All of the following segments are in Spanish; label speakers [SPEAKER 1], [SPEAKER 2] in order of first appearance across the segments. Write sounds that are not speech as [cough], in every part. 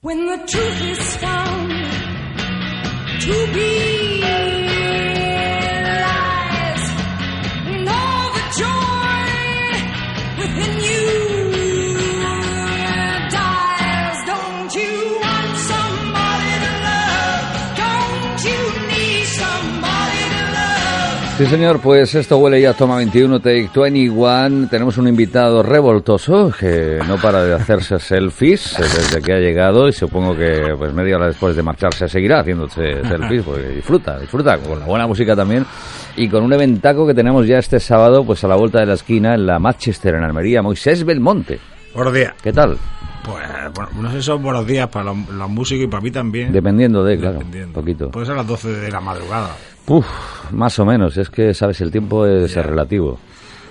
[SPEAKER 1] When the truth is found to be lies, and all the joy within you dies, don't you want somebody to love? Don't you need somebody to love?
[SPEAKER 2] Sí, señor, pues esto huele ya Toma 21, Take 21. Tenemos un invitado revoltoso que no para de hacerse selfies eh, desde que ha llegado y supongo que pues media hora después de marcharse seguirá haciéndose selfies, porque disfruta, disfruta con la buena música también y con un eventaco que tenemos ya este sábado pues a la vuelta de la esquina en la Manchester, en Almería, Moisés Belmonte.
[SPEAKER 3] Buenos días.
[SPEAKER 2] ¿Qué tal?
[SPEAKER 3] Pues bueno, no sé si son buenos días para los, los músicos y para mí también.
[SPEAKER 2] Dependiendo de, claro,
[SPEAKER 3] Dependiendo. Pues
[SPEAKER 2] poquito.
[SPEAKER 3] Puede ser a las 12 de la madrugada.
[SPEAKER 2] Uf, más o menos, es que sabes, el tiempo es relativo.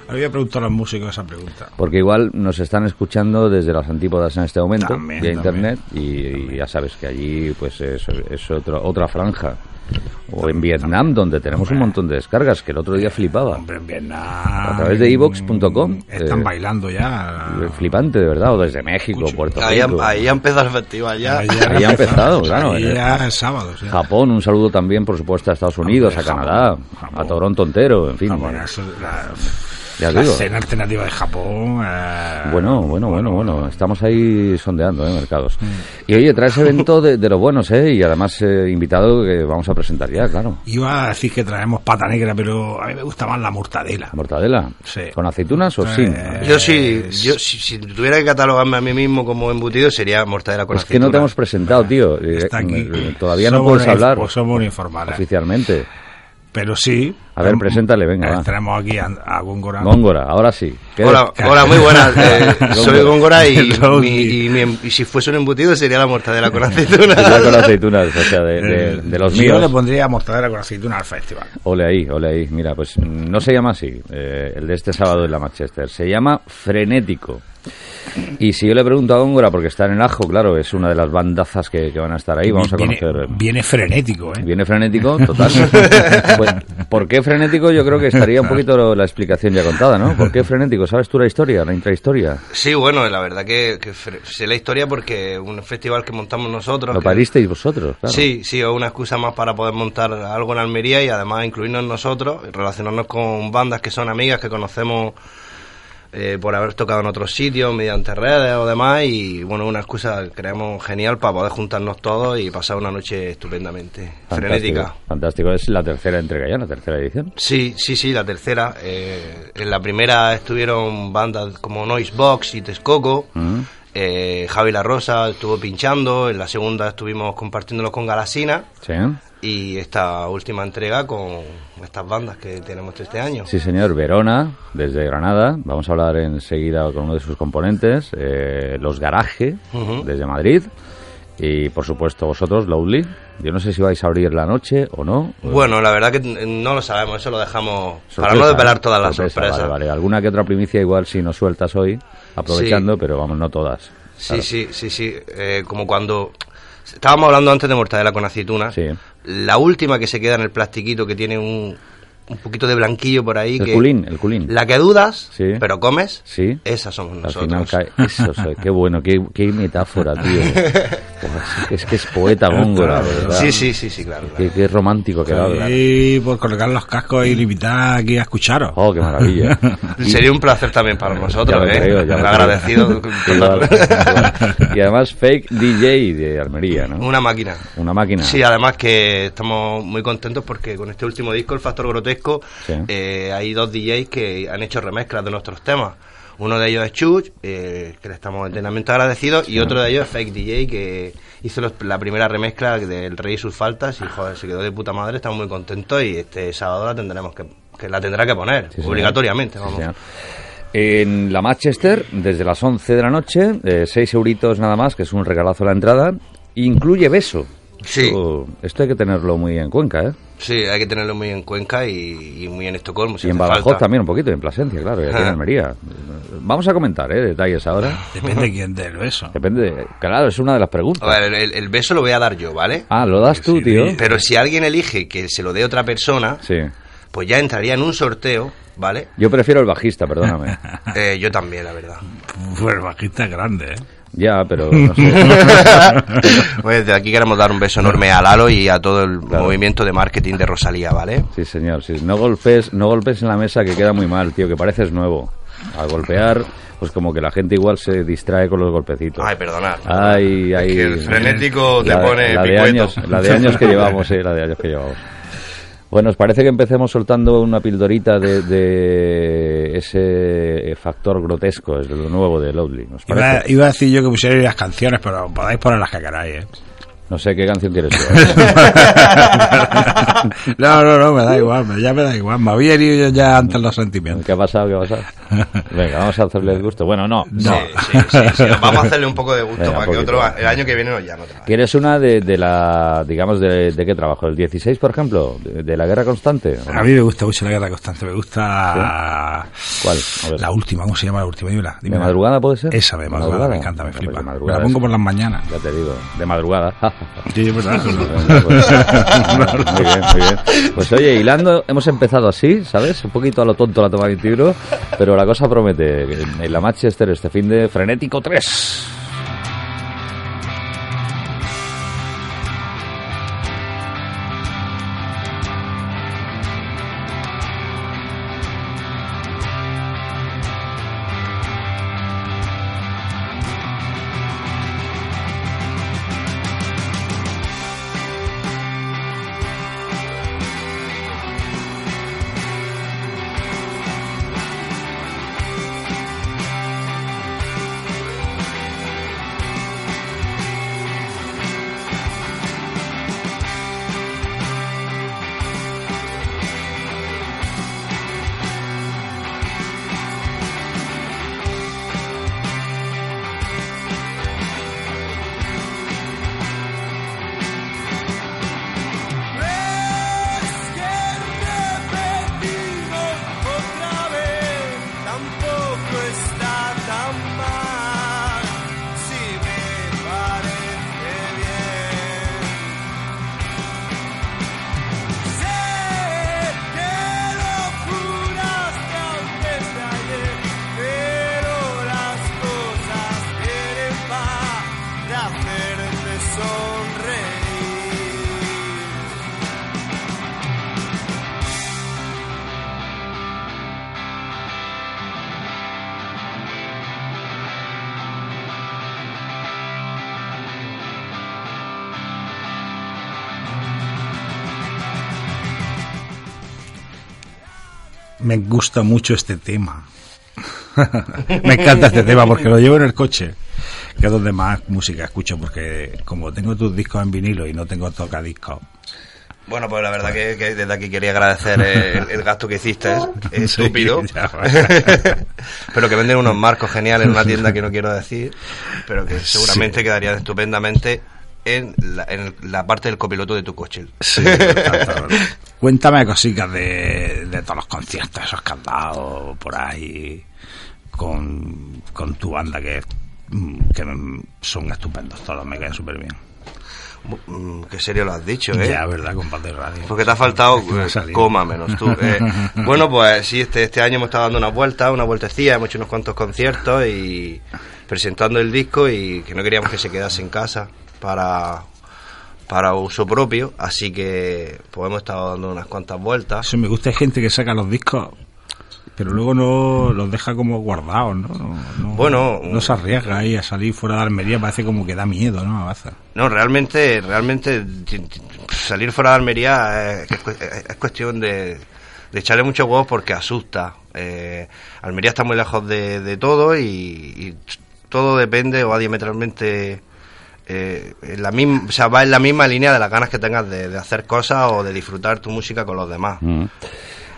[SPEAKER 3] Había preguntado a los músicos esa pregunta.
[SPEAKER 2] Porque igual nos están escuchando desde las antípodas en este momento,
[SPEAKER 3] También,
[SPEAKER 2] vía
[SPEAKER 3] también,
[SPEAKER 2] internet, y, y ya sabes que allí pues es, es otro- otra franja. O en Vietnam, donde tenemos un montón de descargas, que el otro día flipaba.
[SPEAKER 3] Hombre, en Vietnam.
[SPEAKER 2] A través de
[SPEAKER 3] en-
[SPEAKER 2] iVox.com,
[SPEAKER 3] Están
[SPEAKER 2] eh,
[SPEAKER 3] bailando ya.
[SPEAKER 2] Flipante, de verdad, o desde México, Puerto Rico.
[SPEAKER 4] Ahí, ha- ahí ha empezado el festival ya.
[SPEAKER 2] ahí ha empezado, claro,
[SPEAKER 3] Ahí
[SPEAKER 2] eh.
[SPEAKER 3] ya es sábado. sí.
[SPEAKER 2] Japón, un saludo también, por supuesto, a Estados Unidos, a
[SPEAKER 3] Japón,
[SPEAKER 2] Canadá,
[SPEAKER 3] Japón.
[SPEAKER 2] a Toronto entero, en fin.
[SPEAKER 3] Ah,
[SPEAKER 2] bueno,
[SPEAKER 3] bueno, eso- la,
[SPEAKER 2] ya
[SPEAKER 3] la
[SPEAKER 2] digo.
[SPEAKER 3] escena alternativa de Japón. eh,
[SPEAKER 2] Bueno, bueno, bueno, bueno, estamos ahí sondeando, ¿eh? Mercados.
[SPEAKER 3] Mm.
[SPEAKER 2] Y oye, traes evento de, de los buenos, ¿eh? Y además eh, invitado que vamos a presentar ya, claro.
[SPEAKER 3] Iba a decir que traemos pata negra, pero a mí me gusta más la mortadela.
[SPEAKER 2] Mortadela.
[SPEAKER 3] Sí.
[SPEAKER 2] ¿Con aceitunas o
[SPEAKER 3] Eh,
[SPEAKER 2] sin?
[SPEAKER 4] Yo sí, yo si, si tuviera que catalogarme a mí mismo como embutido sería mortadela con
[SPEAKER 2] es que no te
[SPEAKER 4] aceituna.
[SPEAKER 2] hemos presentado, tío. Eh,
[SPEAKER 3] Está aquí.
[SPEAKER 2] eh, Todavía no
[SPEAKER 3] Somos
[SPEAKER 2] puedes
[SPEAKER 3] una-
[SPEAKER 2] hablar
[SPEAKER 3] Pues somos informales.
[SPEAKER 2] oficialmente.
[SPEAKER 3] Pero sí.
[SPEAKER 2] A ver,
[SPEAKER 3] Tenemos-
[SPEAKER 2] preséntale, venga, va.
[SPEAKER 3] Tenemos aquí a, a Góngora.
[SPEAKER 2] Góngora, ahora sí. ¿Qué?
[SPEAKER 4] Hola, hola,
[SPEAKER 2] [laughs]
[SPEAKER 4] muy buenas. eh, soy Góngora y,
[SPEAKER 3] Góngora.
[SPEAKER 4] mi- y mi- y si fuese un embutido sería la
[SPEAKER 2] [laughs]
[SPEAKER 4] mortadela con
[SPEAKER 2] Aceitunas con
[SPEAKER 4] aceituna.
[SPEAKER 2] aceitunas, o
[SPEAKER 3] [laughs]
[SPEAKER 2] sea, de, de- de los
[SPEAKER 3] Yo Eh, le
[SPEAKER 2] míos.
[SPEAKER 3] pondría mortadela con aceituna al festival.
[SPEAKER 2] Ole ahí, ole ahí. Mira, pues mm, no se llama así, eh, el de este sábado en la Manchester. Se llama Frenético. Y si yo le pregunto a Góngora, porque está en el ajo, claro, es una de las bandazas que, que van a estar ahí, vamos a
[SPEAKER 3] viene,
[SPEAKER 2] conocer. eh.
[SPEAKER 3] Viene frenético, ¿eh?
[SPEAKER 2] Viene frenético, total. Pues, ¿Por qué frenético? Yo creo que estaría un poquito la explicación ya contada, ¿no? ¿Por qué frenético? ¿Sabes tú la historia, la intrahistoria?
[SPEAKER 4] Sí, bueno, la verdad que, que fre- sé la historia porque un festival que montamos nosotros.
[SPEAKER 2] Lo
[SPEAKER 4] que-
[SPEAKER 2] paristeis vosotros, claro.
[SPEAKER 4] Sí, sí, es una excusa más para poder montar algo en Almería y además incluirnos nosotros, relacionarnos con bandas que son amigas, que conocemos eh, por haber tocado en otros sitios, mediante redes o demás, y bueno, una excusa creemos genial para poder juntarnos todos y pasar una noche estupendamente,
[SPEAKER 2] Fantástico,
[SPEAKER 4] frenética.
[SPEAKER 2] Fantástico, es la tercera entrega ya, la tercera edición.
[SPEAKER 4] Sí, sí, sí, la tercera. eh, en la primera estuvieron bandas como Noise Box y Texcoco.
[SPEAKER 2] Mm.
[SPEAKER 4] eh, Javi La Rosa estuvo pinchando. En la segunda estuvimos compartiéndolos con Galasina.
[SPEAKER 2] Sí,
[SPEAKER 4] y esta última entrega con estas bandas que tenemos este año.
[SPEAKER 2] Sí, señor, Verona, desde Granada. Vamos a hablar enseguida con uno de sus componentes, eh, Los Garaje,
[SPEAKER 4] Ujú.
[SPEAKER 2] desde Madrid. Y por supuesto vosotros, Lowly. Yo no sé si vais a abrir la noche o no.
[SPEAKER 4] Bueno, la verdad que no lo sabemos, eso lo dejamos para
[SPEAKER 2] Sorpresa, ¿eh?
[SPEAKER 4] no desvelar todas las
[SPEAKER 2] sorpresa,
[SPEAKER 4] sorpresas.
[SPEAKER 2] Vale, vale. Alguna que otra primicia igual si nos sueltas hoy, aprovechando,
[SPEAKER 4] Sí.
[SPEAKER 2] pero vamos, no todas.
[SPEAKER 4] Sí,
[SPEAKER 2] Claro.
[SPEAKER 4] sí, sí, sí, eh, como cuando estábamos hablando antes de mortadela con aceituna,
[SPEAKER 2] Sí.
[SPEAKER 4] la última que se queda en el plastiquito que tiene un, un poquito de blanquillo por ahí.
[SPEAKER 2] El
[SPEAKER 4] que,
[SPEAKER 2] culín, el culín.
[SPEAKER 4] La que dudas,
[SPEAKER 2] Sí.
[SPEAKER 4] pero comes,
[SPEAKER 2] Sí.
[SPEAKER 4] esas somos
[SPEAKER 2] Al
[SPEAKER 4] Eh, nosotros.
[SPEAKER 2] final cae. Eso, soy- qué bueno, qué, qué metáfora,
[SPEAKER 4] [laughs]
[SPEAKER 2] tío. Joder, es que es poeta góngora, ¿verdad?
[SPEAKER 4] sí, sí, sí, sí, claro. claro.
[SPEAKER 2] Qué, qué romántico que habla.
[SPEAKER 3] Y por colocar los cascos y limitar aquí a escucharos.
[SPEAKER 2] Oh, qué maravilla.
[SPEAKER 4] Sería un placer también para nosotros,
[SPEAKER 2] Ya
[SPEAKER 4] ¿eh?
[SPEAKER 2] lo creo, ya lo [laughs]
[SPEAKER 4] Agradecido.
[SPEAKER 2] creo. Igual, igual. Y además, fake DJ de Almería, ¿no?
[SPEAKER 4] [laughs] Una máquina.
[SPEAKER 2] Una máquina.
[SPEAKER 4] Sí, además que estamos muy contentos porque con este último disco, El Factor Grotesco,
[SPEAKER 2] Sí.
[SPEAKER 4] eh, hay dos DJs que han hecho remezclas de nuestros temas. Uno de ellos es Chuch, eh, que le estamos eternamente agradecidos, y otro de ellos es Fake DJ, que hizo los- la primera remezcla del Rey y sus faltas, y joder, se quedó de puta madre, estamos muy contentos, y este sábado la tendremos que, que la tendrá que poner,
[SPEAKER 2] Sí, señor.
[SPEAKER 4] obligatoriamente,
[SPEAKER 2] Sí,
[SPEAKER 4] vamos.
[SPEAKER 2] señor. En la Manchester, desde las 11 de la noche, eh, 6 euritos nada más, que es un regalazo la entrada. Incluye beso.
[SPEAKER 4] Sí.
[SPEAKER 2] Esto, esto hay que tenerlo muy en cuenca, ¿eh?
[SPEAKER 4] Sí, hay que tenerlo muy en Cuenca y, y muy en Estocolmo. si
[SPEAKER 2] y en
[SPEAKER 4] hace
[SPEAKER 2] Badajoz
[SPEAKER 4] falta.
[SPEAKER 2] también un poquito, y en Plasencia, claro, y aquí en
[SPEAKER 4] Ah.
[SPEAKER 2] Almería. Vamos a comentar, ¿eh? Detalles ahora.
[SPEAKER 3] Depende de quién dé el beso.
[SPEAKER 2] Depende, claro, es una de las preguntas.
[SPEAKER 4] A ver, el, el beso lo voy a dar yo, ¿vale?
[SPEAKER 2] Ah, lo das tú, tío.
[SPEAKER 4] Pero si alguien elige que se lo dé otra persona,
[SPEAKER 2] Sí.
[SPEAKER 4] pues ya entraría en un sorteo,
[SPEAKER 2] [laughs]
[SPEAKER 4] ¿vale?
[SPEAKER 2] Yo prefiero el bajista,
[SPEAKER 4] [laughs]
[SPEAKER 2] perdóname.
[SPEAKER 4] Eh, yo también, la verdad.
[SPEAKER 3] Fue el bajista es grande, ¿eh?
[SPEAKER 2] Ya, pero no sé.
[SPEAKER 4] Pues desde aquí queremos dar un beso enorme a Lalo y a todo el movimiento de marketing de Rosalía, ¿vale?
[SPEAKER 2] Sí, señor. sí. No golpes, no golpes en la mesa que queda muy mal, tío, que pareces nuevo. Al golpear, pues como que la gente igual se distrae con los golpecitos.
[SPEAKER 4] Ay, perdonad.
[SPEAKER 2] Ah, Ay, ay.
[SPEAKER 4] que el frenético te pone
[SPEAKER 2] la de
[SPEAKER 4] picueto.
[SPEAKER 2] años, la de años que llevamos, sí, la de años que llevamos. Bueno, os parece que empecemos soltando una pildorita de, de ese factor grotesco, es lo nuevo de Lovely. ¿Os
[SPEAKER 3] Iba,
[SPEAKER 2] parece?
[SPEAKER 3] iba a decir yo que pusierais las canciones, pero podáis poner las
[SPEAKER 2] [laughs]
[SPEAKER 3] que queráis, ¿eh?
[SPEAKER 2] No sé qué canción quieres tú.
[SPEAKER 3] no, no, no, me da igual, me- ya me da igual. Me había herido yo ya antes los sentimientos.
[SPEAKER 2] ¿Qué ha pasado? ¿Qué ha pasado? Venga, vamos a hacerle el gusto. Bueno, no.
[SPEAKER 4] Sí, sí, sí,
[SPEAKER 2] [laughs]
[SPEAKER 4] sí. Vamos a hacerle un poco de gusto
[SPEAKER 2] Venga,
[SPEAKER 4] para que
[SPEAKER 2] poquito.
[SPEAKER 4] otro el año que viene nos llame otra vez.
[SPEAKER 2] ¿Quieres una de, de la, digamos, de, de qué trabajo? ¿El 16, por ejemplo? ¿De, de la guerra constante?
[SPEAKER 3] A mí me gusta mucho la guerra constante, me gusta la,
[SPEAKER 2] ¿Cuál? A ver.
[SPEAKER 3] la última, ¿cómo se llama la última? Dime,
[SPEAKER 2] Pues ¿De madrugada puede ser?
[SPEAKER 3] Esa de madrugada, me encanta, me
[SPEAKER 2] Hombre, de
[SPEAKER 3] flipa. Me
[SPEAKER 2] madrugada
[SPEAKER 3] la pongo
[SPEAKER 2] es-
[SPEAKER 3] por las mañanas.
[SPEAKER 2] Ya te digo, de madrugada. [laughs]
[SPEAKER 3] Sí, es verdad.
[SPEAKER 2] Venga, pues. muy bien, muy bien. Pues oye, hilando, hemos empezado así, ¿sabes? Un poquito a lo tonto la toma 21, pero la cosa promete. En en la Manchester este fin de frenético 3.
[SPEAKER 5] Otra vez tampoco está tan mal si me parece bien. Sé que lo juraste antes de ayer, pero las cosas tienen para hacerte sonreír.
[SPEAKER 3] Me gusta mucho este tema. [laughs] me encanta este tema porque lo llevo en el coche, que es donde más música escucho, porque como tengo tus discos en vinilo y no tengo tocadiscos.
[SPEAKER 4] Bueno, pues la verdad que, que desde aquí quería agradecer el, el gasto que hiciste, es estúpido.
[SPEAKER 3] [laughs] Sí, ya va.
[SPEAKER 4] [laughs] pero que venden unos marcos geniales en una tienda que no quiero decir, pero que seguramente quedarían estupendamente en la, en la parte del copiloto de tu coche.
[SPEAKER 3] Sí, tanto. [laughs] Cuéntame cositas de, de todos los conciertos esos que has dado por ahí con, con tu banda que, mm, que mm, son estupendos todos, me caen súper bien.
[SPEAKER 4] Mm, Qué serio lo has dicho, ¿eh?
[SPEAKER 3] Ya, ¿verdad? Combate radio.
[SPEAKER 4] Porque te ha faltado
[SPEAKER 3] Es que me ha
[SPEAKER 4] eh,
[SPEAKER 3] salido.
[SPEAKER 4] coma menos tú.
[SPEAKER 3] [laughs]
[SPEAKER 4] eh. bueno, pues sí, este, este año hemos estado dando una vuelta, una vueltecilla, hemos hecho unos cuantos conciertos y presentando el disco y que no queríamos que se quedase en casa para, para uso propio, así que pues hemos estado dando unas cuantas vueltas.
[SPEAKER 3] Eso me gusta, hay gente que saca los discos, pero luego no los deja como guardados, ¿no? No- no-
[SPEAKER 4] Bueno,
[SPEAKER 3] no se arriesga ahí a salir fuera de Almería, parece como que da miedo, ¿no? A veces.
[SPEAKER 4] No, realmente, realmente ti- ti- pues, salir fuera de Almería eh, es, es cu- es- es cuestión de, de echarle muchos huevos porque asusta. Eh, Almería está muy lejos de, de todo y, y todo depende o va diametralmente eh, en la misma, o sea, va en la misma línea de las ganas que tengas de, de hacer cosas o de disfrutar tu música con los demás.
[SPEAKER 2] Mm.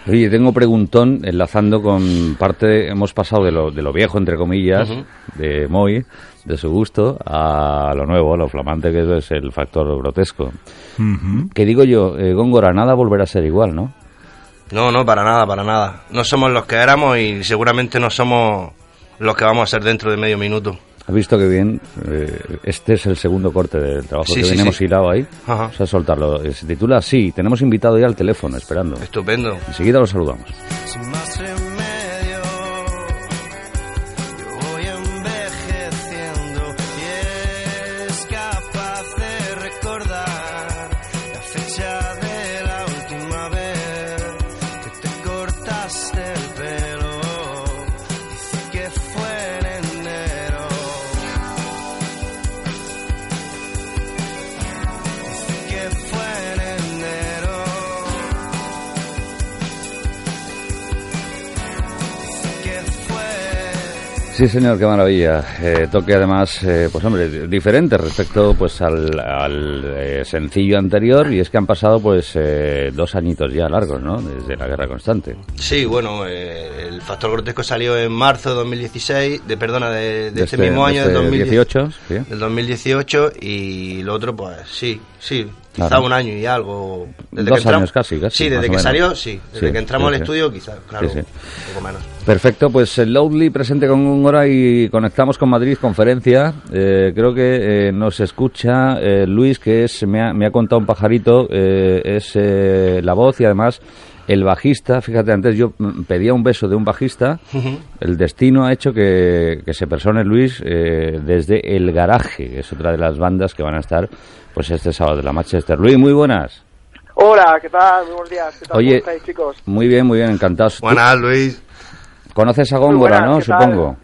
[SPEAKER 2] Oye, tengo preguntón enlazando con parte, hemos pasado de lo, de lo viejo, entre comillas, de Moy, de su gusto, a lo nuevo, a lo flamante que eso es el factor grotesco. Que digo yo, eh, Góngora, nada volverá a ser igual, ¿no?
[SPEAKER 4] No, no, para nada, para nada. No somos los que éramos y seguramente no somos los que vamos a ser dentro de medio minuto.
[SPEAKER 2] ¿Has visto que bien? Eh, este es el segundo corte del trabajo
[SPEAKER 4] Sí,
[SPEAKER 2] que
[SPEAKER 4] sí,
[SPEAKER 2] venimos
[SPEAKER 4] sí.
[SPEAKER 2] hilado ahí.
[SPEAKER 4] Ajá.
[SPEAKER 2] Vamos a soltarlo. Eh, Se titula así, tenemos invitado ya al teléfono, esperando.
[SPEAKER 4] Estupendo.
[SPEAKER 2] Enseguida lo saludamos.
[SPEAKER 5] Sin más remedio, yo voy envejeciendo y es capaz de recordar la fecha de la última vez que te cortaste el pelo. Dice que fue en enero. Dice que fue en enero. que fue
[SPEAKER 2] Sí, señor, qué maravilla. Eh, toque además, eh, pues hombre, di- diferente respecto pues al, al, eh, sencillo anterior y es que han pasado pues eh, dos añitos ya largos, ¿no? Desde la guerra constante.
[SPEAKER 4] Sí, bueno, eh, el Factor Grotesco salió en marzo de 2016, de, perdona, de, de
[SPEAKER 2] Desde-
[SPEAKER 4] este mismo año, del
[SPEAKER 2] desde
[SPEAKER 4] 2018.
[SPEAKER 2] 18, sí.
[SPEAKER 4] Del 2018 y lo otro, pues sí, sí, quizá
[SPEAKER 2] Claro.
[SPEAKER 4] un año y algo.
[SPEAKER 2] Dos
[SPEAKER 4] entramos-
[SPEAKER 2] años casi, casi,
[SPEAKER 4] Sí,
[SPEAKER 2] más o
[SPEAKER 4] desde que
[SPEAKER 2] menos.
[SPEAKER 4] salió, sí. Desde
[SPEAKER 2] Sí,
[SPEAKER 4] que entramos
[SPEAKER 2] sí,
[SPEAKER 4] al
[SPEAKER 2] sí.
[SPEAKER 4] estudio, quizá, claro,
[SPEAKER 2] Sí, sí.
[SPEAKER 4] un poco menos.
[SPEAKER 2] Perfecto, pues eh, Loudly presente con Góngora y conectamos con Madrid, conferencia. Eh, creo que eh, nos escucha eh, Luis, que es me ha, me ha contado un pajarito, eh, es eh, la voz y además el bajista. Fíjate, antes yo mm, pedía un beso de un bajista. El destino ha hecho que, que se persone Luis eh, desde El Garaje, que es otra de las bandas que van a estar pues este sábado de la Manchester. Luis, muy buenas.
[SPEAKER 6] Hola, ¿qué tal? Muy buenos días. ¿Qué tal?
[SPEAKER 2] Oye.
[SPEAKER 6] ¿Cómo estáis, chicos?
[SPEAKER 2] Muy bien, muy bien, encantados. Tú-
[SPEAKER 4] Buenas, Luis.
[SPEAKER 2] Conoces a Góngora,
[SPEAKER 6] buenas,
[SPEAKER 2] ¿no?
[SPEAKER 6] ¿qué tal?
[SPEAKER 2] Supongo.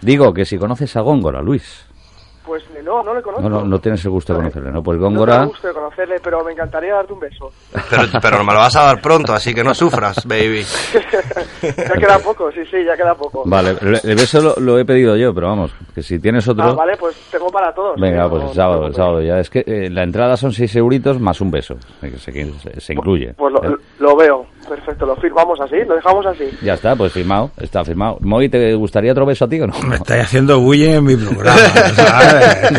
[SPEAKER 2] Digo que si conoces a Góngora, Luis.
[SPEAKER 6] Pues eh, no, no le conozco.
[SPEAKER 2] No, no, no tienes el gusto de conocerle, ¿no? Pues
[SPEAKER 6] No tengo
[SPEAKER 2] Góngora.
[SPEAKER 6] gusto de conocerle, pero me encantaría darte un beso.
[SPEAKER 2] [laughs]
[SPEAKER 4] Pero, pero me lo vas a dar pronto, así que no sufras, baby.
[SPEAKER 6] ya queda
[SPEAKER 2] [laughs]
[SPEAKER 6] poco, sí, sí, ya queda poco.
[SPEAKER 2] Vale, le- el beso lo, lo he pedido yo, pero vamos, que si tienes otro.
[SPEAKER 6] Ah, vale, pues tengo para todos.
[SPEAKER 2] Venga,
[SPEAKER 6] No,
[SPEAKER 2] pues el
[SPEAKER 6] no
[SPEAKER 2] sábado, el
[SPEAKER 6] te
[SPEAKER 2] sábado
[SPEAKER 6] preocupes.
[SPEAKER 2] ya. Es que eh, la entrada son 6 euritos más un beso, eh, que se, que se- se incluye.
[SPEAKER 6] Pues lo,
[SPEAKER 2] Eh,
[SPEAKER 6] lo veo, perfecto, lo firmamos así, lo dejamos así.
[SPEAKER 2] Ya está, pues firmado, está firmado. Moy, ¿te gustaría otro beso a ti o no?
[SPEAKER 3] Me estáis haciendo bullying en mi programa. ¿sabes? [laughs] me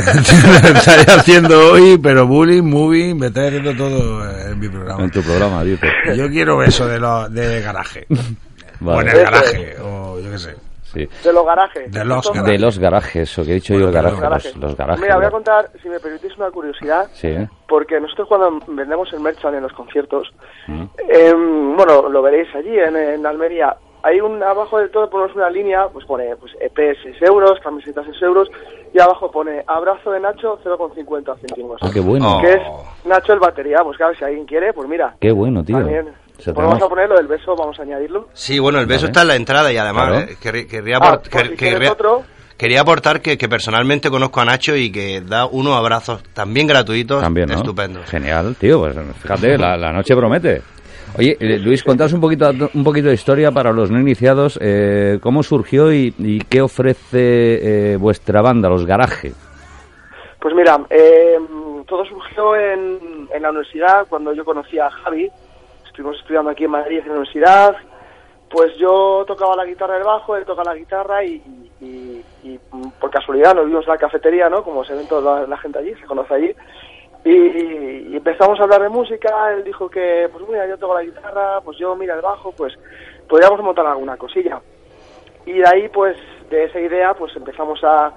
[SPEAKER 3] estáis haciendo hoy, pero bullying, movie, me estáis haciendo todo en mi programa.
[SPEAKER 2] En tu programa, dice.
[SPEAKER 3] Yo quiero beso de, lo, de garaje.
[SPEAKER 2] Vale.
[SPEAKER 3] O en el garaje, o yo qué sé.
[SPEAKER 2] Sí.
[SPEAKER 6] De los garajes.
[SPEAKER 3] De los
[SPEAKER 6] Esto-
[SPEAKER 3] garajes.
[SPEAKER 2] De los garajes, o que he dicho yo, el
[SPEAKER 3] Bueno,
[SPEAKER 2] garaje, los,
[SPEAKER 3] los
[SPEAKER 2] los garajes.
[SPEAKER 6] Mira, voy a contar, si me permitís, una curiosidad.
[SPEAKER 2] Sí, ¿eh?
[SPEAKER 6] Porque nosotros cuando vendemos el merchan en los conciertos,
[SPEAKER 2] Mm.
[SPEAKER 6] em, bueno, lo veréis allí en, en Almería, hay un, abajo del todo ponemos una línea, pues pone pues, EP 6 euros, camisetas 6 euros, y abajo pone abrazo de Nacho 0,50 céntimos.
[SPEAKER 2] Ah, qué bueno.
[SPEAKER 4] Oh.
[SPEAKER 6] Que es Nacho el batería, pues claro, si alguien quiere, pues mira.
[SPEAKER 2] Qué bueno, tío.
[SPEAKER 6] También.
[SPEAKER 2] Se
[SPEAKER 6] Pues
[SPEAKER 2] te
[SPEAKER 6] vamos
[SPEAKER 2] nota.
[SPEAKER 6] a ponerlo del beso, vamos a añadirlo.
[SPEAKER 4] Sí, bueno, el beso
[SPEAKER 2] Vale.
[SPEAKER 4] está en la entrada y además
[SPEAKER 2] Claro.
[SPEAKER 4] eh, querri- querría,
[SPEAKER 6] Ah,
[SPEAKER 4] aport-
[SPEAKER 6] por
[SPEAKER 4] quer-
[SPEAKER 6] si quieres
[SPEAKER 4] querría,
[SPEAKER 6] otro.
[SPEAKER 4] quería aportar que, que personalmente conozco a Nacho y que da unos abrazos también gratuitos,
[SPEAKER 2] También, ¿no?
[SPEAKER 4] estupendos.
[SPEAKER 2] Genial, tío. Pues fíjate, la, la noche promete. Oye, eh, Luis, contaos un poquito, un poquito de historia para los no iniciados. eh, ¿Cómo surgió y, y qué ofrece eh, vuestra banda, Los Garaje?
[SPEAKER 6] Pues mira, eh, todo surgió en, en la universidad cuando yo conocí a Javi. Estuvimos estudiando aquí en Madrid en la universidad. Pues yo tocaba la guitarra y el bajo, él toca la guitarra y, y- y, mm, por casualidad nos vimos en la cafetería, ¿no? Como se ven toda la, la gente allí, se conoce allí. Y, y empezamos a hablar de música, él dijo que, pues mira, yo toco la guitarra, pues yo mira el bajo, pues podríamos montar alguna cosilla. Y de ahí, pues, de esa idea, pues empezamos a,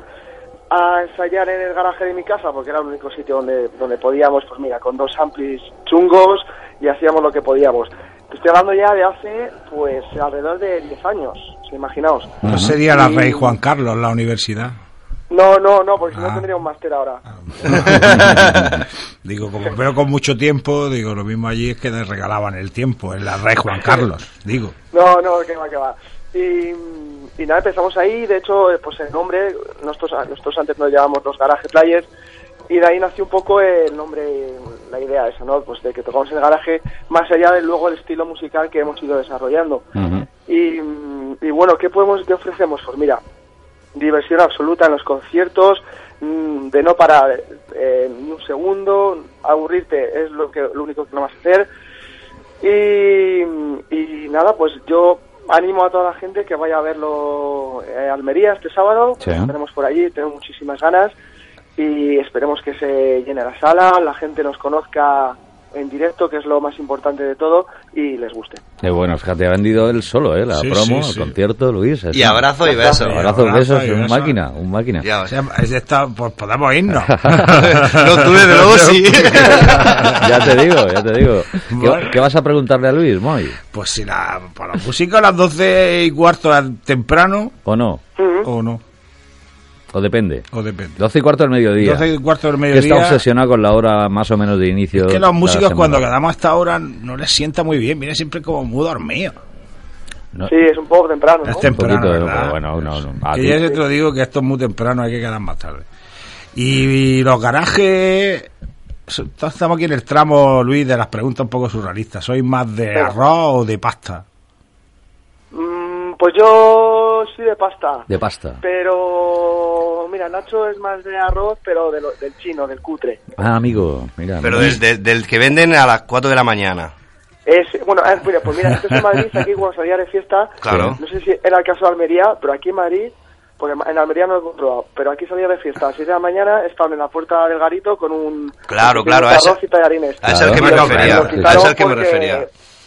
[SPEAKER 6] a ensayar en el garaje de mi casa, porque era el único sitio donde, donde podíamos, pues mira, con dos amplis chungos y hacíamos lo que podíamos. Estoy hablando ya de hace, pues, alrededor de 10 años, si imaginaos.
[SPEAKER 3] No Pues sería la rey Juan Carlos, la universidad.
[SPEAKER 6] No, no, no, porque si no
[SPEAKER 3] Ah.
[SPEAKER 6] tendría un máster ahora.
[SPEAKER 3] digo, como veo con mucho tiempo, digo, lo mismo allí es que les regalaban el tiempo, en la rey Juan Carlos, digo.
[SPEAKER 6] No, no, que va, que va. Y, y nada, empezamos ahí. De hecho, eh, pues el nombre, nosotros, ah, nosotros antes nos llamábamos los Garage Players. Y de ahí nació un poco el nombre, la idea esa, ¿no? Pues de que tocamos en el garaje, más allá de luego el estilo musical que hemos ido desarrollando.
[SPEAKER 2] Ujú.
[SPEAKER 6] Y, mm, y bueno, ¿qué podemos, qué ofrecemos? Pues mira, diversión absoluta en los conciertos, mm, de no parar eh, ni un segundo, aburrirte es lo que lo único que no vas a hacer. Y, mm, y nada, pues yo animo a toda la gente que vaya a verlo eh, a Almería este sábado.
[SPEAKER 2] Sí.
[SPEAKER 6] Estaremos por allí, tengo muchísimas ganas y esperemos que se llene la sala, la gente nos conozca en directo, que es lo más importante de todo, y les guste.
[SPEAKER 2] Eh, bueno, fíjate, ha vendido él solo, ¿eh? La
[SPEAKER 3] Sí,
[SPEAKER 2] promo,
[SPEAKER 3] sí,
[SPEAKER 2] el
[SPEAKER 3] sí.
[SPEAKER 2] concierto, Luis. es
[SPEAKER 4] Y
[SPEAKER 2] un-
[SPEAKER 4] abrazo y beso.
[SPEAKER 2] Abrazo,
[SPEAKER 3] abrazo
[SPEAKER 2] besos,
[SPEAKER 3] y
[SPEAKER 2] un
[SPEAKER 3] besos.
[SPEAKER 2] máquina, un máquina.
[SPEAKER 4] Ya
[SPEAKER 3] O
[SPEAKER 4] vas.
[SPEAKER 3] sea, es de esta- pues podemos irnos.
[SPEAKER 4] [laughs] No, tú desde luego
[SPEAKER 2] [laughs]
[SPEAKER 4] sí.
[SPEAKER 6] [laughs]
[SPEAKER 2] Ya te digo, ya te digo. ¿Qué,
[SPEAKER 3] Bueno.
[SPEAKER 2] qué vas a preguntarle a Luis, Moy?
[SPEAKER 3] Pues si la, para los músicos a las 12 y cuarto al- temprano,
[SPEAKER 2] ¿O no?
[SPEAKER 3] o no,
[SPEAKER 2] ¿O depende?
[SPEAKER 3] o depende.
[SPEAKER 2] 12 y cuarto del mediodía.
[SPEAKER 3] 12 y cuarto del
[SPEAKER 2] Que está
[SPEAKER 3] mediodía.
[SPEAKER 2] obsesionado con la hora más o menos de inicio.
[SPEAKER 3] Es que
[SPEAKER 2] cada
[SPEAKER 3] los músicos
[SPEAKER 2] semana.
[SPEAKER 3] cuando quedamos hasta ahora no les sienta muy bien, viene siempre como muy dormido.
[SPEAKER 2] No, Este
[SPEAKER 6] Sí, es un poco temprano,
[SPEAKER 3] Es
[SPEAKER 6] ¿no?
[SPEAKER 2] un
[SPEAKER 3] temprano,
[SPEAKER 2] poquito,
[SPEAKER 3] ¿verdad?
[SPEAKER 2] pero bueno, no, no. A
[SPEAKER 3] que
[SPEAKER 2] ti-
[SPEAKER 3] ya se te lo digo que esto es muy temprano, hay que quedar más tarde. Y, los garajes... so- Estamos aquí en el tramo, Luis, de las preguntas un poco surrealistas. ¿Sois más de
[SPEAKER 6] Venga.
[SPEAKER 3] arroz o de pasta?
[SPEAKER 6] Mm, pues yo soy de pasta,
[SPEAKER 2] De pasta.
[SPEAKER 6] pero mira, Nacho es más de arroz, pero de lo- del chino, del cutre.
[SPEAKER 2] Ah, amigo, mira.
[SPEAKER 4] Pero
[SPEAKER 2] mira.
[SPEAKER 4] del, del- del que venden a las 4 de la mañana.
[SPEAKER 6] Es, bueno, ah, mira, pues mira, esto es
[SPEAKER 2] [laughs]
[SPEAKER 6] en Madrid, aquí cuando salía de fiesta,
[SPEAKER 4] Claro.
[SPEAKER 6] no sé si era el caso de Almería, pero aquí en Madrid, porque en Almería no lo he comprobado, pero aquí salía de fiesta a las 6 de la mañana, estaban en la puerta del garito con un...
[SPEAKER 4] Claro,
[SPEAKER 6] con un
[SPEAKER 4] claro, a
[SPEAKER 6] arroz
[SPEAKER 4] ese-
[SPEAKER 6] y tallarines.
[SPEAKER 4] a ese al
[SPEAKER 2] que me
[SPEAKER 6] Pero
[SPEAKER 2] refería,
[SPEAKER 6] lo
[SPEAKER 2] a
[SPEAKER 6] quitaron
[SPEAKER 4] ese al que me
[SPEAKER 6] porque-
[SPEAKER 4] refería.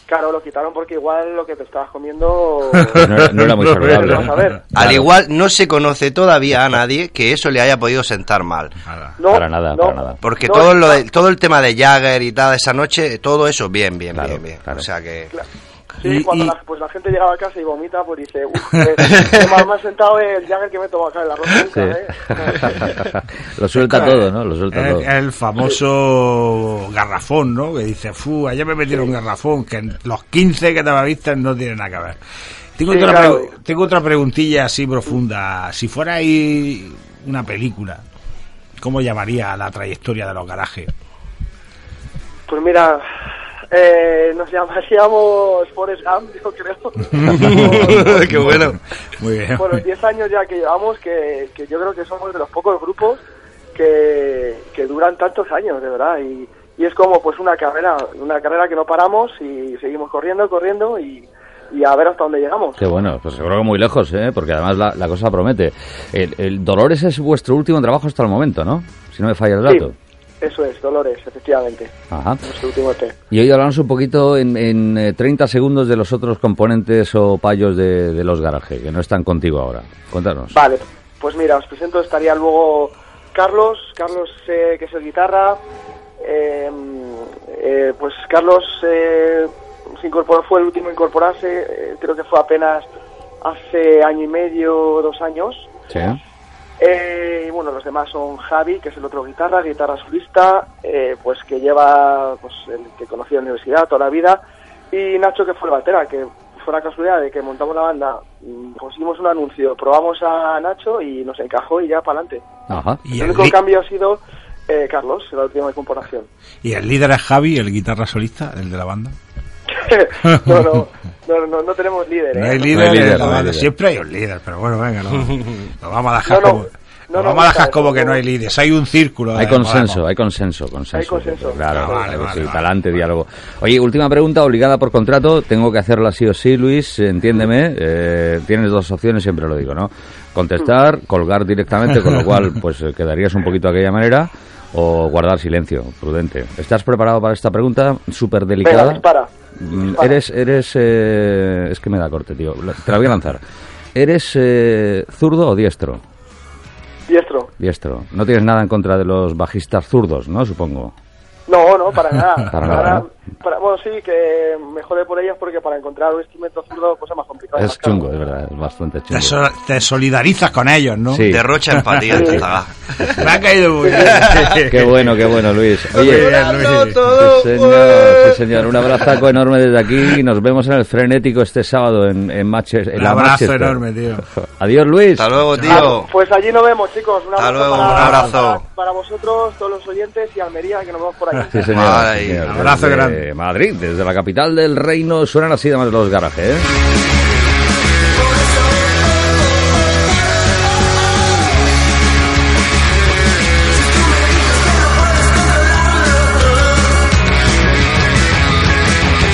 [SPEAKER 6] Claro, lo quitaron porque igual lo que te estabas
[SPEAKER 2] [laughs]
[SPEAKER 6] comiendo...
[SPEAKER 2] No era, no era muy
[SPEAKER 3] [laughs] No,
[SPEAKER 2] saludable.
[SPEAKER 3] no,
[SPEAKER 6] Vamos a ver.
[SPEAKER 4] Al igual, no se conoce todavía a nadie que eso le haya podido sentar mal.
[SPEAKER 3] Nada.
[SPEAKER 6] No,
[SPEAKER 2] Para nada,
[SPEAKER 6] no.
[SPEAKER 2] para nada.
[SPEAKER 4] Porque
[SPEAKER 6] No,
[SPEAKER 4] todo, lo de- todo el tema de Jagger y tal, esa noche, todo eso, bien, bien,
[SPEAKER 2] Claro,
[SPEAKER 4] bien, bien.
[SPEAKER 2] claro.
[SPEAKER 4] O
[SPEAKER 2] [laughs]
[SPEAKER 4] sea que. [laughs]
[SPEAKER 6] Sí,
[SPEAKER 3] Y-
[SPEAKER 6] cuando
[SPEAKER 3] y-
[SPEAKER 6] La, pues la gente llegaba a casa y vomita, pues dice, uff, qué mal me ha sentado el Jagger que me he tomado acá en la ropa.
[SPEAKER 2] Sí. [laughs]
[SPEAKER 6] ¿eh?
[SPEAKER 2] lo
[SPEAKER 3] Eh,
[SPEAKER 2] suelta todo, ¿no? Lo suelta
[SPEAKER 3] el,
[SPEAKER 2] todo.
[SPEAKER 3] el famoso garrafón, ¿no? Que dice, fu, ayer me metieron un garrafón, que en los 15 que te había visto no tienen nada que ver. Tengo,
[SPEAKER 6] Sí,
[SPEAKER 3] otra,
[SPEAKER 6] claro.
[SPEAKER 3] pregu- tengo otra preguntilla así profunda. Si fuera ahí una película, ¿cómo llamaría la trayectoria de los garajes?
[SPEAKER 6] [laughs] Pues mira, eh, nos llamaríamos Forrest Gump, yo
[SPEAKER 4] [laughs]
[SPEAKER 6] creo.
[SPEAKER 4] Qué bueno.
[SPEAKER 3] [laughs] Muy bien.
[SPEAKER 6] Por los 10 años ya que llevamos, que, que yo creo que somos de los pocos grupos que, que duran tantos años, de verdad. Y, y es como pues una carrera, una carrera que no paramos y seguimos corriendo, corriendo y, y a ver hasta dónde llegamos.
[SPEAKER 2] Qué bueno, pues seguro que muy lejos, ¿eh? Porque además la, la cosa promete. El, el Dolores es vuestro último trabajo hasta el momento, ¿no? Si no me falla el dato.
[SPEAKER 6] Sí, eso es, Dolores, efectivamente.
[SPEAKER 2] Ajá.
[SPEAKER 6] Nuestro último EP.
[SPEAKER 2] Y hoy hablamos un poquito en, en, eh, 30 segundos de los otros componentes o payos de, de los garajes, que no están contigo ahora. Cuéntanos.
[SPEAKER 6] Vale, pues mira, os presento, estaría luego Carlos, Carlos eh, que es el guitarra, eh, eh, pues Carlos eh, se incorporó, fue el último a incorporarse, eh, creo que fue apenas hace año y medio, dos años,
[SPEAKER 2] Sí.
[SPEAKER 6] eh, y bueno, los demás son Javi, que es el otro guitarra, guitarra solista, eh, pues que lleva, pues el que conocí en la universidad toda la vida, y Nacho, que fue el batera, que fue la casualidad de que montamos la banda, mm, conseguimos un anuncio, probamos a Nacho y nos encajó y ya para adelante.
[SPEAKER 2] Ajá.
[SPEAKER 3] Y
[SPEAKER 6] El
[SPEAKER 3] el,
[SPEAKER 6] único
[SPEAKER 3] li-
[SPEAKER 6] cambio ha sido eh, Carlos, la última incorporación. [laughs]
[SPEAKER 3] y el líder es Javi, el guitarra solista, el de la banda.
[SPEAKER 6] Eh, no, no, no, no, no tenemos líder.
[SPEAKER 3] No
[SPEAKER 6] ¿eh?
[SPEAKER 3] hay líder,
[SPEAKER 2] líder,
[SPEAKER 3] en la
[SPEAKER 2] no hay
[SPEAKER 3] banda.
[SPEAKER 2] líder.
[SPEAKER 3] Siempre hay un líder, pero bueno, venga,
[SPEAKER 6] [laughs]
[SPEAKER 3] no, lo vamos a dejar
[SPEAKER 6] No, no.
[SPEAKER 3] como,
[SPEAKER 6] No,
[SPEAKER 3] lo
[SPEAKER 6] no,
[SPEAKER 3] vamos a
[SPEAKER 6] nunca,
[SPEAKER 3] dejar como que
[SPEAKER 6] no.
[SPEAKER 3] no hay líder. Hay un círculo.
[SPEAKER 2] Hay
[SPEAKER 3] de-
[SPEAKER 2] consenso, hay consenso, consenso.
[SPEAKER 6] Hay consenso.
[SPEAKER 2] Claro,
[SPEAKER 3] Ah,
[SPEAKER 2] claro
[SPEAKER 3] vale,
[SPEAKER 2] que
[SPEAKER 3] vale,
[SPEAKER 2] sí,
[SPEAKER 3] vale.
[SPEAKER 2] talante, diálogo. Oye, última pregunta, obligada por contrato, tengo que hacerla sí o sí, Luis, entiéndeme, eh, tienes dos opciones, siempre lo digo, ¿no? Contestar, colgar directamente, con lo cual, pues eh, quedarías un poquito de aquella manera, o guardar silencio, prudente. ¿Estás preparado para esta pregunta súper
[SPEAKER 6] Venga,
[SPEAKER 2] delicada?
[SPEAKER 6] dispara.
[SPEAKER 2] Mm,
[SPEAKER 6] Dispara.
[SPEAKER 2] Eres, eres, eh, es que me da corte, tío, La- te la voy a lanzar. ¿Eres eh, zurdo o diestro?
[SPEAKER 6] Diestro.
[SPEAKER 2] Diestro. No tienes nada en contra de los bajistas zurdos, ¿no? Supongo.
[SPEAKER 6] No, no,
[SPEAKER 2] [laughs]
[SPEAKER 6] para nada.
[SPEAKER 2] Para nada, ¿no?
[SPEAKER 6] para- bueno, sí, que me jode por ellas porque para encontrar un instrumento zurdo cosa más complicada.
[SPEAKER 2] Es chungo, es verdad, es bastante
[SPEAKER 3] Te,
[SPEAKER 2] chungo.
[SPEAKER 3] so- te solidarizas con ellos, ¿no? [laughs]
[SPEAKER 2] Sí.
[SPEAKER 4] Derrocha empatía en Zazagá.
[SPEAKER 3] Me ha caído muy bien.
[SPEAKER 2] Qué bueno, qué bueno, Luis.
[SPEAKER 3] Muy
[SPEAKER 2] Oye,
[SPEAKER 3] bien, Luis.
[SPEAKER 2] sí
[SPEAKER 6] pues,
[SPEAKER 2] señor, sí señor, un abrazaco enorme desde aquí y nos vemos en el frenético este sábado en, en Manchester. en
[SPEAKER 3] Un
[SPEAKER 2] la
[SPEAKER 3] abrazo
[SPEAKER 2] Manchester.
[SPEAKER 3] enorme, tío.
[SPEAKER 2] [laughs] Adiós, Luis.
[SPEAKER 4] Hasta luego,
[SPEAKER 6] Ah,
[SPEAKER 4] tío.
[SPEAKER 6] pues allí nos vemos, chicos. Un
[SPEAKER 4] Hasta
[SPEAKER 6] abrazo,
[SPEAKER 4] luego,
[SPEAKER 6] para,
[SPEAKER 4] un abrazo.
[SPEAKER 6] Para, para vosotros, todos los oyentes y Almería, que nos vemos por
[SPEAKER 2] [laughs]
[SPEAKER 6] aquí.
[SPEAKER 2] Sí, señor.
[SPEAKER 4] Ay,
[SPEAKER 2] sí, señor.
[SPEAKER 3] abrazo
[SPEAKER 2] Desde
[SPEAKER 3] grande.
[SPEAKER 2] Madrid, desde la capital del reino, suenan así además los garajes. ¿eh?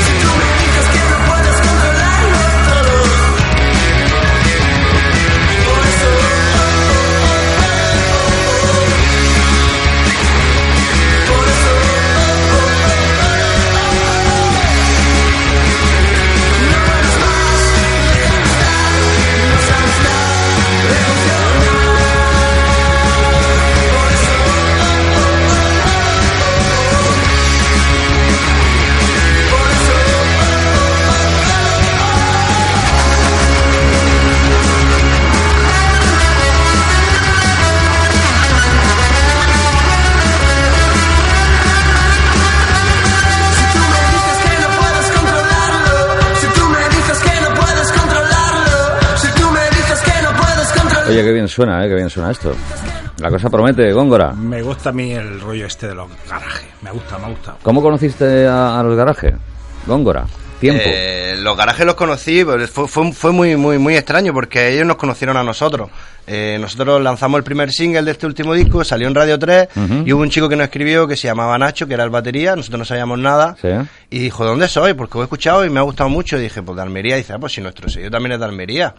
[SPEAKER 1] Si tú
[SPEAKER 2] Oye, qué bien suena, ¿eh? Qué bien suena esto. La cosa promete, Góngora.
[SPEAKER 3] Me gusta a mí el rollo este de los garajes. Me gusta, me gusta.
[SPEAKER 2] ¿Cómo conociste a, a los garajes? Góngora. Tiempo.
[SPEAKER 4] Eh, los garajes los conocí, pero fue, fue, fue muy, muy, muy extraño porque ellos nos conocieron a nosotros. Eh, nosotros lanzamos el primer single de este último disco, salió en Radio 3
[SPEAKER 2] Ujú.
[SPEAKER 4] y hubo un chico que nos escribió que se llamaba Nacho, que era el batería, nosotros no sabíamos nada.
[SPEAKER 2] Sí.
[SPEAKER 4] Y dijo, ¿dónde soy? Porque os he escuchado y me ha gustado mucho. Y dije, pues de Almería. Y dice, ah, pues si nuestro sello también es de Almería.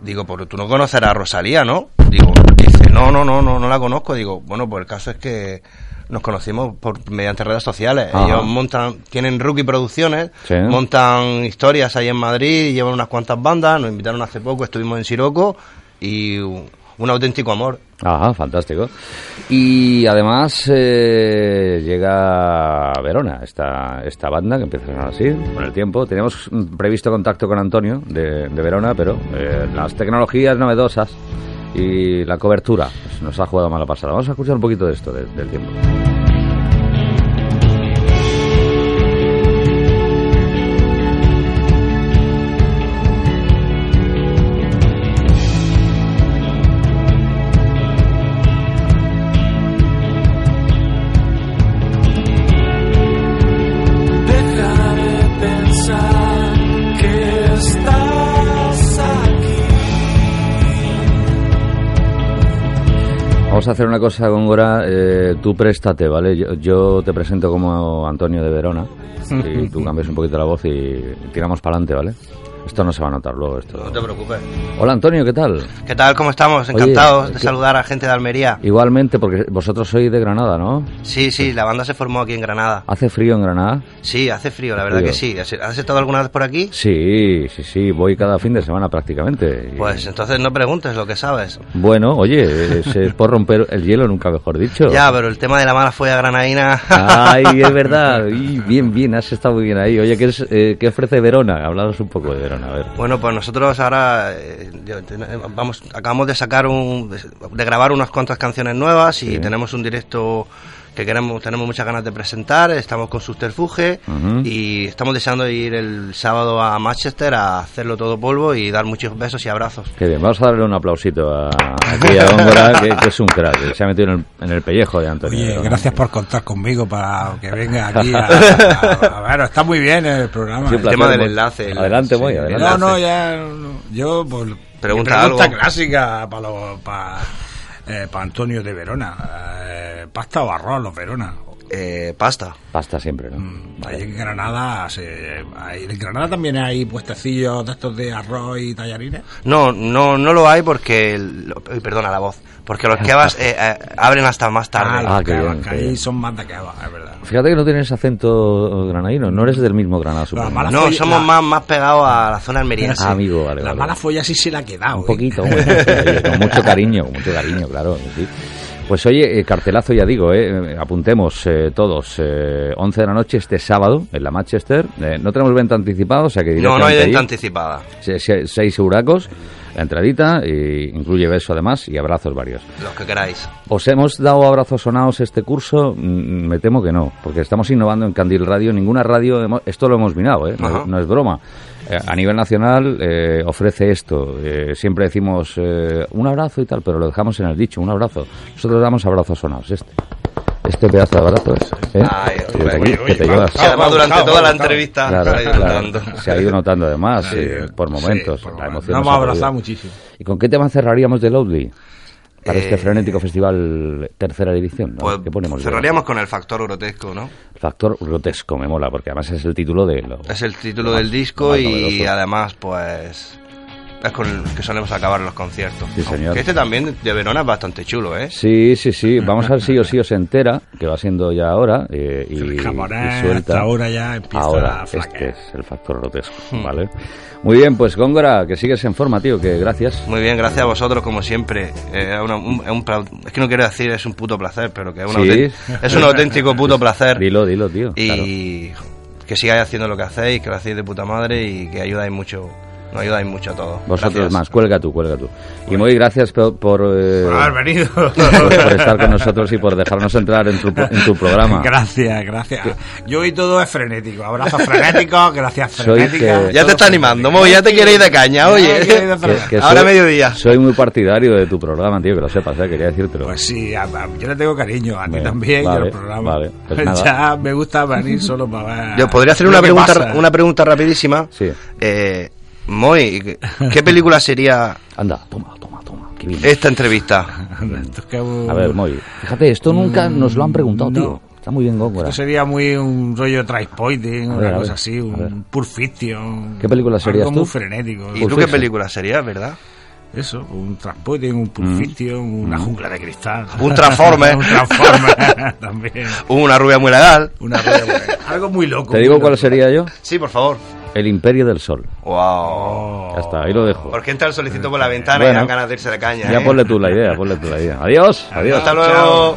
[SPEAKER 4] Digo, pero tú no conocerás a Rosalía, ¿no? Digo, dice, no, no, no, no, no la conozco. Digo, bueno, pues el caso es que nos conocimos por mediante redes sociales.
[SPEAKER 2] Ajá.
[SPEAKER 4] Ellos montan, tienen Rookie Producciones,
[SPEAKER 2] Sí.
[SPEAKER 4] montan historias ahí en Madrid, llevan unas cuantas bandas, nos invitaron hace poco, estuvimos en Siroco y un, un auténtico amor.
[SPEAKER 2] Ajá, fantástico. Y además eh, llega a Verona esta, esta banda que empieza a sonar así con el tiempo. Teníamos mm, previsto contacto con Antonio de, de Verona, pero eh, las tecnologías novedosas y la cobertura pues, nos ha jugado mala pasada. Vamos a escuchar un poquito de esto de- del tiempo.
[SPEAKER 5] Deja de pensar que estás
[SPEAKER 2] Vamos a hacer una cosa, Góngora. eh, tú préstate, ¿vale? Yo, yo te presento como Antonio de Verona. Y tú cambias un poquito la voz y tiramos para adelante, ¿vale? Esto no se va a notar luego. Esto...
[SPEAKER 4] No te preocupes.
[SPEAKER 2] Hola, Antonio, ¿qué tal?
[SPEAKER 4] ¿Qué tal? ¿Cómo estamos?
[SPEAKER 2] Oye,
[SPEAKER 4] Encantados de
[SPEAKER 2] ¿qué-
[SPEAKER 4] saludar a gente de Almería.
[SPEAKER 2] Igualmente, porque vosotros sois de Granada, ¿no?
[SPEAKER 4] Sí, sí, la banda se formó aquí en Granada.
[SPEAKER 2] ¿Hace frío en Granada?
[SPEAKER 4] Sí, hace frío, la verdad
[SPEAKER 2] Frío.
[SPEAKER 4] que sí. ¿Has- ¿Has estado alguna vez por aquí?
[SPEAKER 2] Sí, sí, sí, voy cada fin de semana prácticamente. Y-
[SPEAKER 4] Pues entonces no preguntes lo que sabes.
[SPEAKER 2] Bueno, oye, es, es por romper el hielo, nunca mejor dicho.
[SPEAKER 4] Ya, pero el tema de la mala fue a Granadina.
[SPEAKER 2] Ay, es verdad. Y bien, bien, has estado muy bien ahí. Oye, ¿qué, es, eh, qué ofrece Verona? Hablaros un poco de Verona, a ver.
[SPEAKER 4] Bueno, pues nosotros ahora eh, yo- ten- eh, vamos, acabamos de sacar un, de grabar unas cuantas canciones nuevas y
[SPEAKER 2] Sí.
[SPEAKER 4] tenemos un directo que queremos, tenemos muchas ganas de presentar. Estamos con Subterfuge
[SPEAKER 2] Ujú.
[SPEAKER 4] y estamos deseando ir el sábado a Manchester a hacerlo todo polvo y dar muchos besos y abrazos.
[SPEAKER 2] Qué bien, vamos a darle un aplausito a aquella góngora que, que es un crack, que se ha metido en el, en el pellejo de Antonio.
[SPEAKER 3] Oye,
[SPEAKER 2] Verona.
[SPEAKER 3] gracias por contar conmigo para que venga aquí a, a- a ver, está muy bien el programa.
[SPEAKER 2] Sí, pues, un
[SPEAKER 4] El tema del
[SPEAKER 2] Moy.
[SPEAKER 4] enlace, el-
[SPEAKER 2] Adelante,
[SPEAKER 4] sí,
[SPEAKER 2] voy,
[SPEAKER 4] el
[SPEAKER 2] adelante.
[SPEAKER 3] No, no, ya. no, Yo, pues. mi
[SPEAKER 4] Pregunta algo.
[SPEAKER 3] clásica para para Antonio de Verona. Eh, pasta o arroz, los Verona.
[SPEAKER 4] Eh, pasta.
[SPEAKER 2] Pasta siempre, ¿no?
[SPEAKER 3] Mm, Ahí en Granada, se, ahí en Granada también hay puestecillos de estos de arroz y tallarines.
[SPEAKER 4] No, no, no lo hay porque, el- lo- uy, perdona la voz, porque los
[SPEAKER 2] [laughs]
[SPEAKER 4] kebabs eh, eh, abren hasta más tarde.
[SPEAKER 2] Ah,
[SPEAKER 3] los
[SPEAKER 2] qué
[SPEAKER 3] kebabs,
[SPEAKER 2] bien,
[SPEAKER 3] que
[SPEAKER 2] qué
[SPEAKER 3] ahí
[SPEAKER 2] bien.
[SPEAKER 3] son más de kebab, es verdad.
[SPEAKER 2] Fíjate que no tienes acento granadino, no eres del mismo Granada, supongo.
[SPEAKER 3] mala-
[SPEAKER 4] no,
[SPEAKER 3] Oye,
[SPEAKER 4] somos
[SPEAKER 3] la-
[SPEAKER 4] más, más pegados a la zona almeriense.
[SPEAKER 2] Ah, amigo, vale,
[SPEAKER 3] la
[SPEAKER 2] vale.
[SPEAKER 3] mala folla sí se la ha quedado.
[SPEAKER 2] Un
[SPEAKER 3] ¿eh?
[SPEAKER 2] poquito, bueno, oye,
[SPEAKER 4] [laughs]
[SPEAKER 2] con mucho cariño, con mucho cariño, claro. sí. Pues oye, eh, cartelazo ya digo, eh, eh, apuntemos eh, todos, eh, 11 de la noche este sábado en la Manchester. Eh, no tenemos venta anticipada, o sea que
[SPEAKER 4] no, no hay
[SPEAKER 2] directamente allí.
[SPEAKER 4] venta anticipada.
[SPEAKER 2] Se- se- seis huracos, la entradita, y incluye beso además y abrazos varios.
[SPEAKER 4] Los que queráis.
[SPEAKER 2] ¿Os hemos dado abrazos sonados este curso? Mm, Me temo que no, porque estamos innovando en Candil Radio. Ninguna radio, hemo- esto lo hemos mirado, ¿eh? no,
[SPEAKER 4] Ajá.
[SPEAKER 2] no es broma. Eh, A nivel nacional eh, ofrece esto. Eh, siempre decimos eh, un abrazo y tal, pero lo dejamos en el dicho, un abrazo. Nosotros damos abrazos sonados, este. Este pedazo de abrazo es. ¿eh?
[SPEAKER 4] Ay,
[SPEAKER 2] Que te-
[SPEAKER 4] oye,
[SPEAKER 2] que te llevas.
[SPEAKER 4] Y además
[SPEAKER 3] vamos,
[SPEAKER 4] durante
[SPEAKER 3] vamos,
[SPEAKER 4] toda la
[SPEAKER 3] vamos.
[SPEAKER 4] entrevista
[SPEAKER 2] Claro,
[SPEAKER 4] se ha ido
[SPEAKER 2] claro.
[SPEAKER 4] notando.
[SPEAKER 2] Se ha ido notando además, eh, por
[SPEAKER 3] Sí,
[SPEAKER 2] momentos.
[SPEAKER 3] por
[SPEAKER 2] la
[SPEAKER 3] momentos.
[SPEAKER 2] emoción
[SPEAKER 3] Nos
[SPEAKER 2] nos
[SPEAKER 3] hemos
[SPEAKER 2] ha
[SPEAKER 3] abrazado
[SPEAKER 2] podido.
[SPEAKER 3] muchísimo.
[SPEAKER 2] ¿Y con qué tema cerraríamos de Loudly? Para este
[SPEAKER 4] Eh,
[SPEAKER 2] frenético festival tercera edición, ¿no?
[SPEAKER 4] Pues
[SPEAKER 2] ¿Qué ponemos? de-
[SPEAKER 4] cerraríamos con el factor grotesco, ¿no?
[SPEAKER 2] Factor grotesco, me mola, porque además es el título de lo-
[SPEAKER 4] Es el título
[SPEAKER 2] lo
[SPEAKER 4] del
[SPEAKER 2] más-
[SPEAKER 4] disco
[SPEAKER 2] lo Ah, más
[SPEAKER 4] y
[SPEAKER 2] novedoso.
[SPEAKER 4] además, pues. Es con el que solemos acabar los conciertos.
[SPEAKER 2] Sí, señor.
[SPEAKER 4] Aunque este también de Verona es bastante chulo, ¿eh?
[SPEAKER 2] Sí, sí, sí. Vamos a ver si o sí os entera, que va siendo ya ahora. eh, y,
[SPEAKER 3] El japonés,
[SPEAKER 2] y suelta.
[SPEAKER 3] hasta ahora ya empieza
[SPEAKER 2] Ahora,
[SPEAKER 3] a
[SPEAKER 2] este
[SPEAKER 3] flaquear. Hmm.
[SPEAKER 2] es el factor grotesco, ¿vale? Muy bien, pues Góngora, que sigues en forma, tío, que gracias.
[SPEAKER 4] Muy bien, gracias a vosotros como siempre. Eh, es una- un- es un pra- es que no quiero decir es un puto placer, pero que es, una
[SPEAKER 2] Sí.
[SPEAKER 4] autént- es un auténtico
[SPEAKER 2] [laughs]
[SPEAKER 4] puto placer.
[SPEAKER 2] Dilo, dilo, tío. claro.
[SPEAKER 4] Y que sigáis haciendo lo que hacéis, que lo hacéis de puta madre y que ayudáis mucho Nos ayudáis mucho a todos.
[SPEAKER 2] Vosotros
[SPEAKER 4] Gracias.
[SPEAKER 2] más, cuelga tú, cuelga tú. Y muy gracias por, por, eh,
[SPEAKER 3] Por haber
[SPEAKER 2] [laughs]
[SPEAKER 3] venido.
[SPEAKER 2] por- por estar con nosotros y por dejarnos entrar en tu, en tu programa.
[SPEAKER 3] [laughs] Gracias, gracias. Yo hoy todo es frenético. Abrazos frenéticos, gracias
[SPEAKER 2] [laughs] Soy
[SPEAKER 3] frenéticas.
[SPEAKER 2] que-
[SPEAKER 4] Ya te está
[SPEAKER 3] Todo
[SPEAKER 4] animando,
[SPEAKER 3] frenético.
[SPEAKER 4] Mo, ya te quiere ir de caña,
[SPEAKER 3] Ya
[SPEAKER 4] oye.
[SPEAKER 3] me quiero ir de
[SPEAKER 2] Que-
[SPEAKER 3] frenético.
[SPEAKER 2] que
[SPEAKER 4] Ahora
[SPEAKER 2] soy-
[SPEAKER 4] mediodía.
[SPEAKER 2] Soy muy partidario de tu programa, tío, que lo sepas, eh, quería decírtelo.
[SPEAKER 3] Pues sí, a- a- yo le tengo cariño a ti
[SPEAKER 2] Bien,
[SPEAKER 3] también y
[SPEAKER 2] vale,
[SPEAKER 3] al programa.
[SPEAKER 2] vale, pues nada.
[SPEAKER 3] [laughs] Ya me gusta venir solo para ver.
[SPEAKER 4] Yo podría hacer
[SPEAKER 3] lo
[SPEAKER 4] una
[SPEAKER 3] que
[SPEAKER 4] pregunta,
[SPEAKER 3] pasa.
[SPEAKER 4] una pregunta rapidísima.
[SPEAKER 2] Sí.
[SPEAKER 4] Eh, Moy, ¿qué película sería
[SPEAKER 2] Anda, toma, toma, toma, que bien.
[SPEAKER 4] esta entrevista?
[SPEAKER 3] [laughs] Esto es que un-
[SPEAKER 2] A ver, Moy, fíjate, esto nunca
[SPEAKER 4] Mm,
[SPEAKER 2] nos lo han preguntado, tío. Está muy bien, Góngora.
[SPEAKER 3] esto sería muy un rollo Trainspotting,
[SPEAKER 2] A ver,
[SPEAKER 3] una
[SPEAKER 2] a ver,
[SPEAKER 3] cosa así,
[SPEAKER 2] a ver.
[SPEAKER 3] un Pulp Fiction.
[SPEAKER 2] ¿Qué película serías
[SPEAKER 3] algo
[SPEAKER 2] tú?
[SPEAKER 3] muy frenético.
[SPEAKER 4] ¿Y tú
[SPEAKER 2] Pues
[SPEAKER 4] qué
[SPEAKER 2] sí.
[SPEAKER 4] película sería, verdad?
[SPEAKER 3] Eso, un Trainspotting, un Pulp Fiction,
[SPEAKER 2] Mm.
[SPEAKER 3] una jungla de cristal.
[SPEAKER 4] Un
[SPEAKER 3] [laughs]
[SPEAKER 4] Transformer.
[SPEAKER 3] un Transformer también.
[SPEAKER 4] Uh, Una rubia muy legal.
[SPEAKER 2] [laughs]
[SPEAKER 3] Una rueda, güey. Algo muy loco.
[SPEAKER 2] ¿Te
[SPEAKER 3] muy
[SPEAKER 2] digo cuál
[SPEAKER 3] loco.
[SPEAKER 2] sería yo?
[SPEAKER 4] Sí, por favor.
[SPEAKER 2] El Imperio del Sol.
[SPEAKER 4] Wow.
[SPEAKER 2] Ya está, ahí lo dejo.
[SPEAKER 4] Porque entra el solicito por la ventana y
[SPEAKER 2] Bueno.
[SPEAKER 4] dan ganas de irse de caña.
[SPEAKER 2] Ya
[SPEAKER 4] ¿eh?
[SPEAKER 2] ponle tú la idea, ponle tú la idea. Adiós, adiós.
[SPEAKER 4] Hasta luego.
[SPEAKER 3] Chao.